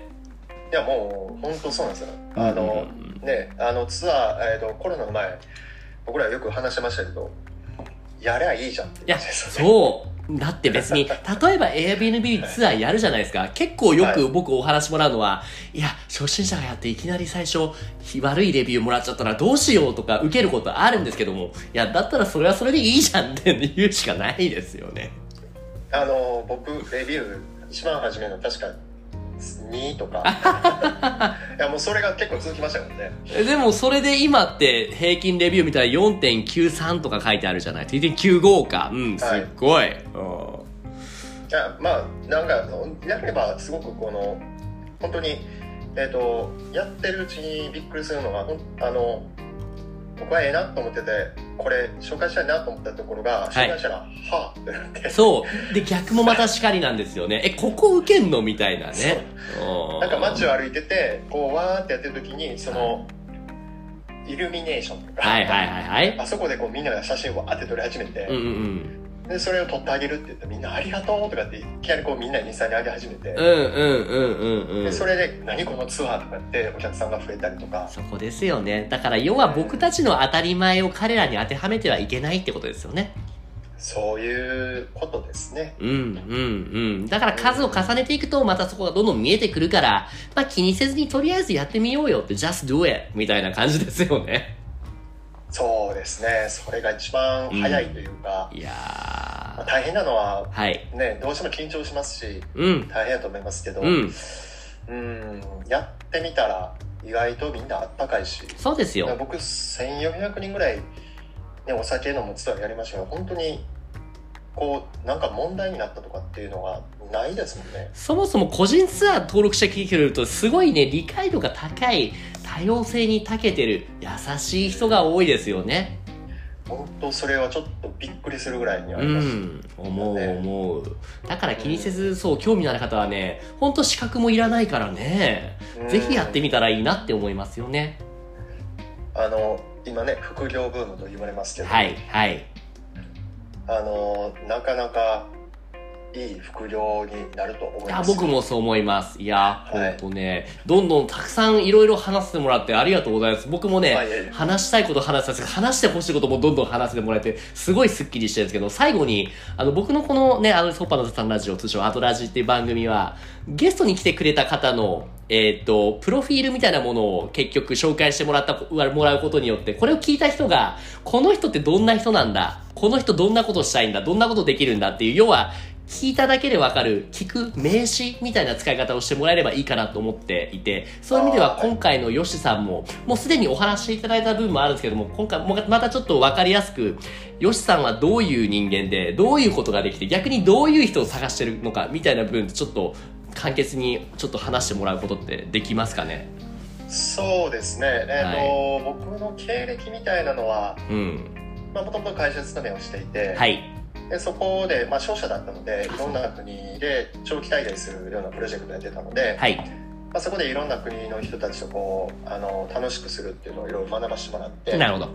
[SPEAKER 2] いやもう本当そうなんですよあの、ねあのツアー、えー、とコロナの前僕らよく話してましたけどやりゃいいじゃんって
[SPEAKER 1] いや
[SPEAKER 2] 感じですよね
[SPEAKER 1] そうだって別に例えば Airbnb ツアーやるじゃないですか結構よ
[SPEAKER 2] はい
[SPEAKER 1] く僕お話もらうのは、い、や初心者がやっていきなり最初ひ悪いレビューもらっちゃったらどうしようとか受けることあるんですけどもいやだったらそれはそれでいいじゃんって言うしかないですよね
[SPEAKER 2] あの僕レビュー一番初めの確か2とかいやもうそれが結構続きましたからね
[SPEAKER 1] えでもそれで今って平均レビュー見たら4.93とか書いてあるじゃない9.95かうんすっ
[SPEAKER 2] はい
[SPEAKER 1] ごい、
[SPEAKER 2] いやまあなんかやればすごくこの本当にえっとやってるうちにびっくりするのがほんあの僕はええなと思っててこれ紹介したいなと思ったところが紹介したら「はあ」ってなって
[SPEAKER 1] そうで逆もまたしかりなんですよねえここ受けんのみたいなねう
[SPEAKER 2] なんか街を歩いててこうわーってやってる時にそのイルミネーションとか、
[SPEAKER 1] はいはいはいはい
[SPEAKER 2] あそこでこうみんなが写真をわーって撮り始めて、
[SPEAKER 1] うんうん
[SPEAKER 2] でそれを撮ってあげるって言ってみんな「ありがとう」とかっていきなりこうみんなにインスタにあげ始めて、
[SPEAKER 1] うんうんうんうんうんう
[SPEAKER 2] で
[SPEAKER 1] ん
[SPEAKER 2] それで「何このツアー」とかってお客さんが増えたりとか
[SPEAKER 1] そこですよねだから要は僕たちの当たり前を彼らに当てはめてはいけないってことですよね
[SPEAKER 2] そういうことですね
[SPEAKER 1] うんうんうんだから数を重ねていくとまたそこがどんどん見えてくるから、まあ、気にせずにとりあえずやってみようよって just do it みたいな感じですよね
[SPEAKER 2] そうですねそれが一番早いというか、
[SPEAKER 1] いや
[SPEAKER 2] まあ
[SPEAKER 1] ー
[SPEAKER 2] 大変なのは
[SPEAKER 1] はい
[SPEAKER 2] ねどうしても緊張しますし
[SPEAKER 1] うん
[SPEAKER 2] 大変だと思いますけど
[SPEAKER 1] うん
[SPEAKER 2] うんやってみたら意外とみんなあったかいし
[SPEAKER 1] そうですよ
[SPEAKER 2] 僕1400人ぐらい、ね、お酒飲むツアーやりましたけど本当にこうなんか問題になったとかっていうのがないですもんね
[SPEAKER 1] そもそも個人ツアー登録して聞いてるとすごいね理解度が高い多様性に長けてる優しい人が多いですよね
[SPEAKER 2] 本当それはちょっとびっくりするぐらいにあ
[SPEAKER 1] う
[SPEAKER 2] ります、
[SPEAKER 1] ん思う思うだから気にせずそう興味のある方はねほんと資格もいらないからね
[SPEAKER 2] うん
[SPEAKER 1] ぜひやってみたらいいなって思いますよね
[SPEAKER 2] あの今ね副業ブームと言われますけど、
[SPEAKER 1] はいはい
[SPEAKER 2] あのなかなかいい副業になると思
[SPEAKER 1] い
[SPEAKER 2] い
[SPEAKER 1] や
[SPEAKER 2] ます
[SPEAKER 1] 僕もそう思いますいやほ
[SPEAKER 2] はい
[SPEAKER 1] んとねどんどんたくさんいろいろ話してもらってありがとうございます僕もね
[SPEAKER 2] はいはい
[SPEAKER 1] 話したいこと話したんですけど話してほしいこともどんどん話してもらえて、すごいスッキリしてるんですけど、最後に、あの、僕のこのね、あの、ソッパのさんラジオ、通称アトラジっていう番組は、ゲストに来てくれた方の、えーっと、プロフィールみたいなものを結局紹介してもらった、もらうことによって、これを聞いた人が、この人ってどんな人なんだこの人どんなことしたいんだどんなことできるんだっていう、要は、聞いただけでわかる、聞く名詞みたいな使い方をしてもらえればいいかなと思っていて、そういう意味では
[SPEAKER 2] あー
[SPEAKER 1] 今回のヨシさんも、もうすでにお話しいただいた部分もあるんですけども、今回もまたちょっとわかりやすく、ヨシさんはどういう人間で、どういうことができて、逆にどういう人を探してるのかみたいな部分ってちょっと簡潔にちょっと話してもらうことってできますかね
[SPEAKER 2] そうですねえっ、と、僕の経歴みたいなのは
[SPEAKER 1] うん。
[SPEAKER 2] もともと会社勤めをしていて、
[SPEAKER 1] はい。
[SPEAKER 2] でそこで、まあ、商社だったので
[SPEAKER 1] あ
[SPEAKER 2] いろんな国で長期滞在するようなプロジェクトやってたので、
[SPEAKER 1] はい。
[SPEAKER 2] まあ、そこでいろんな国の人たちとこうあの楽しくするっていうのをいろいろ学ばせてもらって
[SPEAKER 1] なるほど。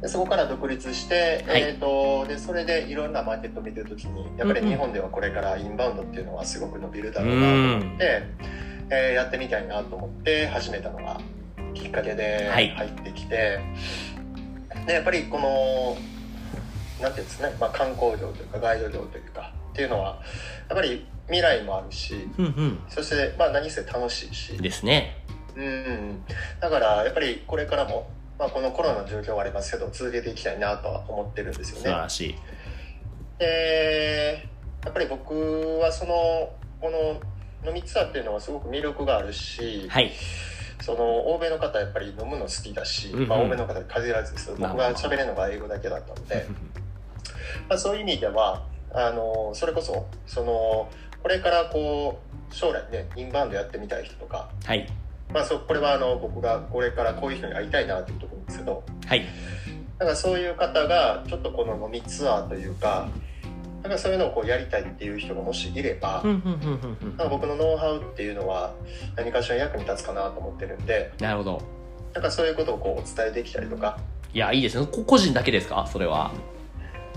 [SPEAKER 2] でそこから独立して、
[SPEAKER 1] はい
[SPEAKER 2] えー、とでそれでいろんなマーケットを見てるときにやっぱり日本ではこれからインバウンドっていうのはすごく伸びるだ
[SPEAKER 1] う
[SPEAKER 2] ろうなと思っ
[SPEAKER 1] ん。
[SPEAKER 2] て、えーやってみたいなと思って始めたのがきっかけで
[SPEAKER 1] はい
[SPEAKER 2] 入ってきて、でやっぱりこのなんていうんですかね、まあ、観光業というかガイド業というかっていうのはやっぱり未来もあるし
[SPEAKER 1] うん
[SPEAKER 2] そしてまあ何せ楽しいし
[SPEAKER 1] うん。ですね。
[SPEAKER 2] うん、だからやっぱりこれからも、まあ、このコロナの状況はありますけど続けていきたいなとは思ってるんです
[SPEAKER 1] 素
[SPEAKER 2] よ
[SPEAKER 1] 晴
[SPEAKER 2] ね。
[SPEAKER 1] らしい。
[SPEAKER 2] でやっぱり僕はそのこの飲みツアーっていうのはすごく魅力があるし、
[SPEAKER 1] はい。
[SPEAKER 2] その欧米の方はやっぱり飲むの好きだし、
[SPEAKER 1] うんうん
[SPEAKER 2] まあ、欧米の方に限らずですけど
[SPEAKER 1] なる
[SPEAKER 2] 僕
[SPEAKER 1] ほど
[SPEAKER 2] が喋れるのが英語だけだったので、まあ、そういう意味ではあのそれこそそのこれからこう将来ねインバウンドやってみたい人とか
[SPEAKER 1] はい。
[SPEAKER 2] まあ、そうこれはあの僕がこれからこういう人に会いたいなっていうところなんですけど
[SPEAKER 1] はい。
[SPEAKER 2] なんかそういう方がちょっとこの飲みツアーというかなんかそういうのをこうやりたいっていう人がもしいれば、
[SPEAKER 1] うんうんうんうん
[SPEAKER 2] なんか
[SPEAKER 1] うん
[SPEAKER 2] 僕のノウハウっていうのは何かしら役に立つかなと思ってるんで
[SPEAKER 1] なるほど。
[SPEAKER 2] なんかそういうことをこうお伝えできたりとか
[SPEAKER 1] いや、いいですね。こ個人だけですかそれは。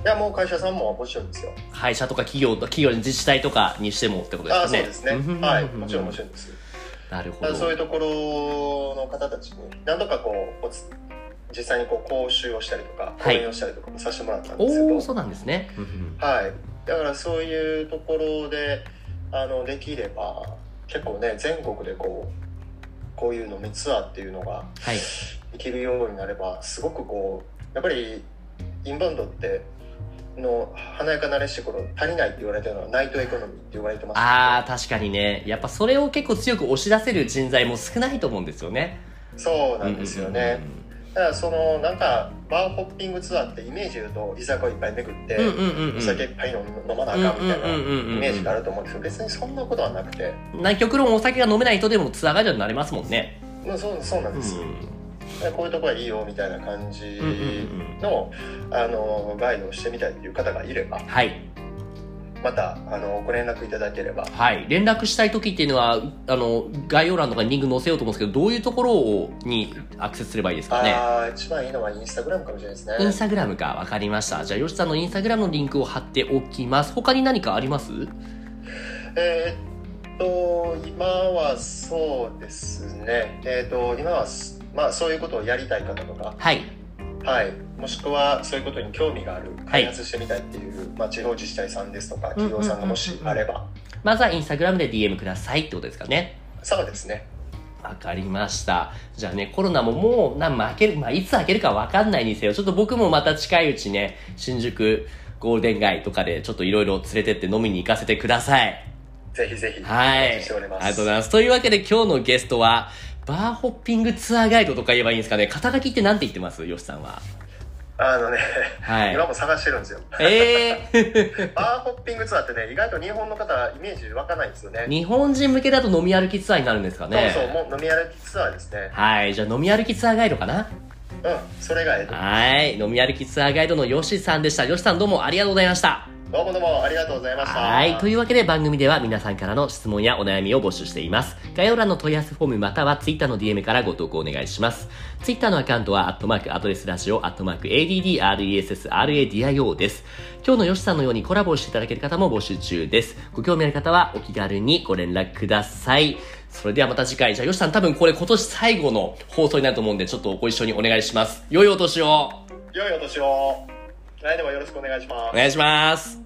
[SPEAKER 2] いやもう会社さんももちろんですよ
[SPEAKER 1] 会社とか企業と企業に自治体とかにしてもってことです
[SPEAKER 2] あ
[SPEAKER 1] か
[SPEAKER 2] あそう
[SPEAKER 1] ね。
[SPEAKER 2] ですね
[SPEAKER 1] ん
[SPEAKER 2] はいもちろんもちろんです
[SPEAKER 1] なるほ
[SPEAKER 2] だか
[SPEAKER 1] ど。
[SPEAKER 2] らそういうところの方たちに何度かこうおつ実際にこう講習をしたりとか講
[SPEAKER 1] はい
[SPEAKER 2] 演をしたりとかもさせてもらったんですけど、
[SPEAKER 1] おお、そうなんですね。うんうん
[SPEAKER 2] はい、だからそういうところであのできれば結構ね全国でこうこういう飲みツアーっていうのが
[SPEAKER 1] はい。
[SPEAKER 2] できるようになればすごくこうやっぱりインバウンドっての華やかなれし頃足りないって言われてるのはナイトエコノミーって言われてます
[SPEAKER 1] ああ、確かにね。やっぱそれを結構強く押し出せる人材も少ないと思うんですよね。
[SPEAKER 2] そうなんですよね、
[SPEAKER 1] うんうんうんうん。
[SPEAKER 2] だからそのなんか、まバーホッピングツアーってイメージ言うと居酒屋いっぱい巡って、
[SPEAKER 1] うんうんうんう
[SPEAKER 2] お
[SPEAKER 1] ん
[SPEAKER 2] 酒いっぱい飲飲まなあかんみたいな
[SPEAKER 1] うんうんうんうんうん
[SPEAKER 2] イメージがあると思うんですけど別にそんなことはなくて、
[SPEAKER 1] 南極論お酒が飲めない人でもツアーガイドになれますもんね。
[SPEAKER 2] まあ、そうそうなん
[SPEAKER 1] う
[SPEAKER 2] です、でこういうとこはいいよみたいな感じ
[SPEAKER 1] んうんうん
[SPEAKER 2] の,、あのガイドをしてみたいっていう方がいれば
[SPEAKER 1] はい。
[SPEAKER 2] またあのご連絡いただければ
[SPEAKER 1] はい。連絡したい時っていうのは、あの、概要欄とかにリンク載せようと思うんですけど、どういうところをにアクセスすればいいですかね。
[SPEAKER 2] ああ一番いいのはインスタグラムかもしれないですね
[SPEAKER 1] インスタグラムか、わかりました。じゃあ、ヨシさんのインスタグラムのリンクを貼っておきます。他に何かあります
[SPEAKER 2] えーっと今はそうですねえーっと今はすまあそういうことをやりたい方とか
[SPEAKER 1] はい。
[SPEAKER 2] はいもしくはそういうことに興味がある開発してみたいっていう、まあ、地方自治体さんですとか企業さんがも
[SPEAKER 1] うん
[SPEAKER 2] し
[SPEAKER 1] うんうんうん
[SPEAKER 2] あれば
[SPEAKER 1] まずはインスタグラムで DM くださいってことですかね。
[SPEAKER 2] そうですね
[SPEAKER 1] わかりました。じゃあね、コロナももう、な、負ける、まあ、いつ開けるかわかんないにせよ、ちょっと僕もまた近いうちね、新宿ゴールデン街とかで、ちょっといろいろ連れてって飲みに行かせてください。
[SPEAKER 2] ぜひぜひ
[SPEAKER 1] はい。あ
[SPEAKER 2] お
[SPEAKER 1] り
[SPEAKER 2] 待ちしております
[SPEAKER 1] がとうございます。というわけで今日のゲストは、バーホッピングツアーガイドとか言えばいいんですかね。肩書きって何て言ってますよしさんは。
[SPEAKER 2] あのね、
[SPEAKER 1] はい
[SPEAKER 2] 今も探してるんですよ
[SPEAKER 1] えー、 (laughs)
[SPEAKER 2] バーホッピングツアーってね意外と日本の方イメージ湧かないんですよね
[SPEAKER 1] 日本人向けだと飲み歩きツアーになるんですかね。
[SPEAKER 2] そうそうもう飲み歩きツアーですね
[SPEAKER 1] はい。じゃあ飲み歩きツアーガイドかな。
[SPEAKER 2] うんそれがええと
[SPEAKER 1] はい。飲み歩きツアーガイドのよしさんでした。よしさんどうもありがとうございました。
[SPEAKER 2] どうもどうもありがとうございました
[SPEAKER 1] はい。というわけで番組では皆さんからの質問やお悩みを募集しています。概要欄の問い合わせフォームまたは Twitter の DM からご投稿お願いします。Twitter のアカウントは、アットマーク、アドレスラジオ、アットマーク、ADDRESSRADIO です。今日のよしさんのようにコラボをしていただける方も募集中です。ご興味ある方はお気軽にご連絡ください。それではまた次回。じゃあ、よしさん多分これ今年最後の放送になると思うんで、ちょっとご一緒にお願いします。良いお年を
[SPEAKER 2] 良いお年を来年もよろしくお願いしま
[SPEAKER 1] お
[SPEAKER 2] す
[SPEAKER 1] 願いします。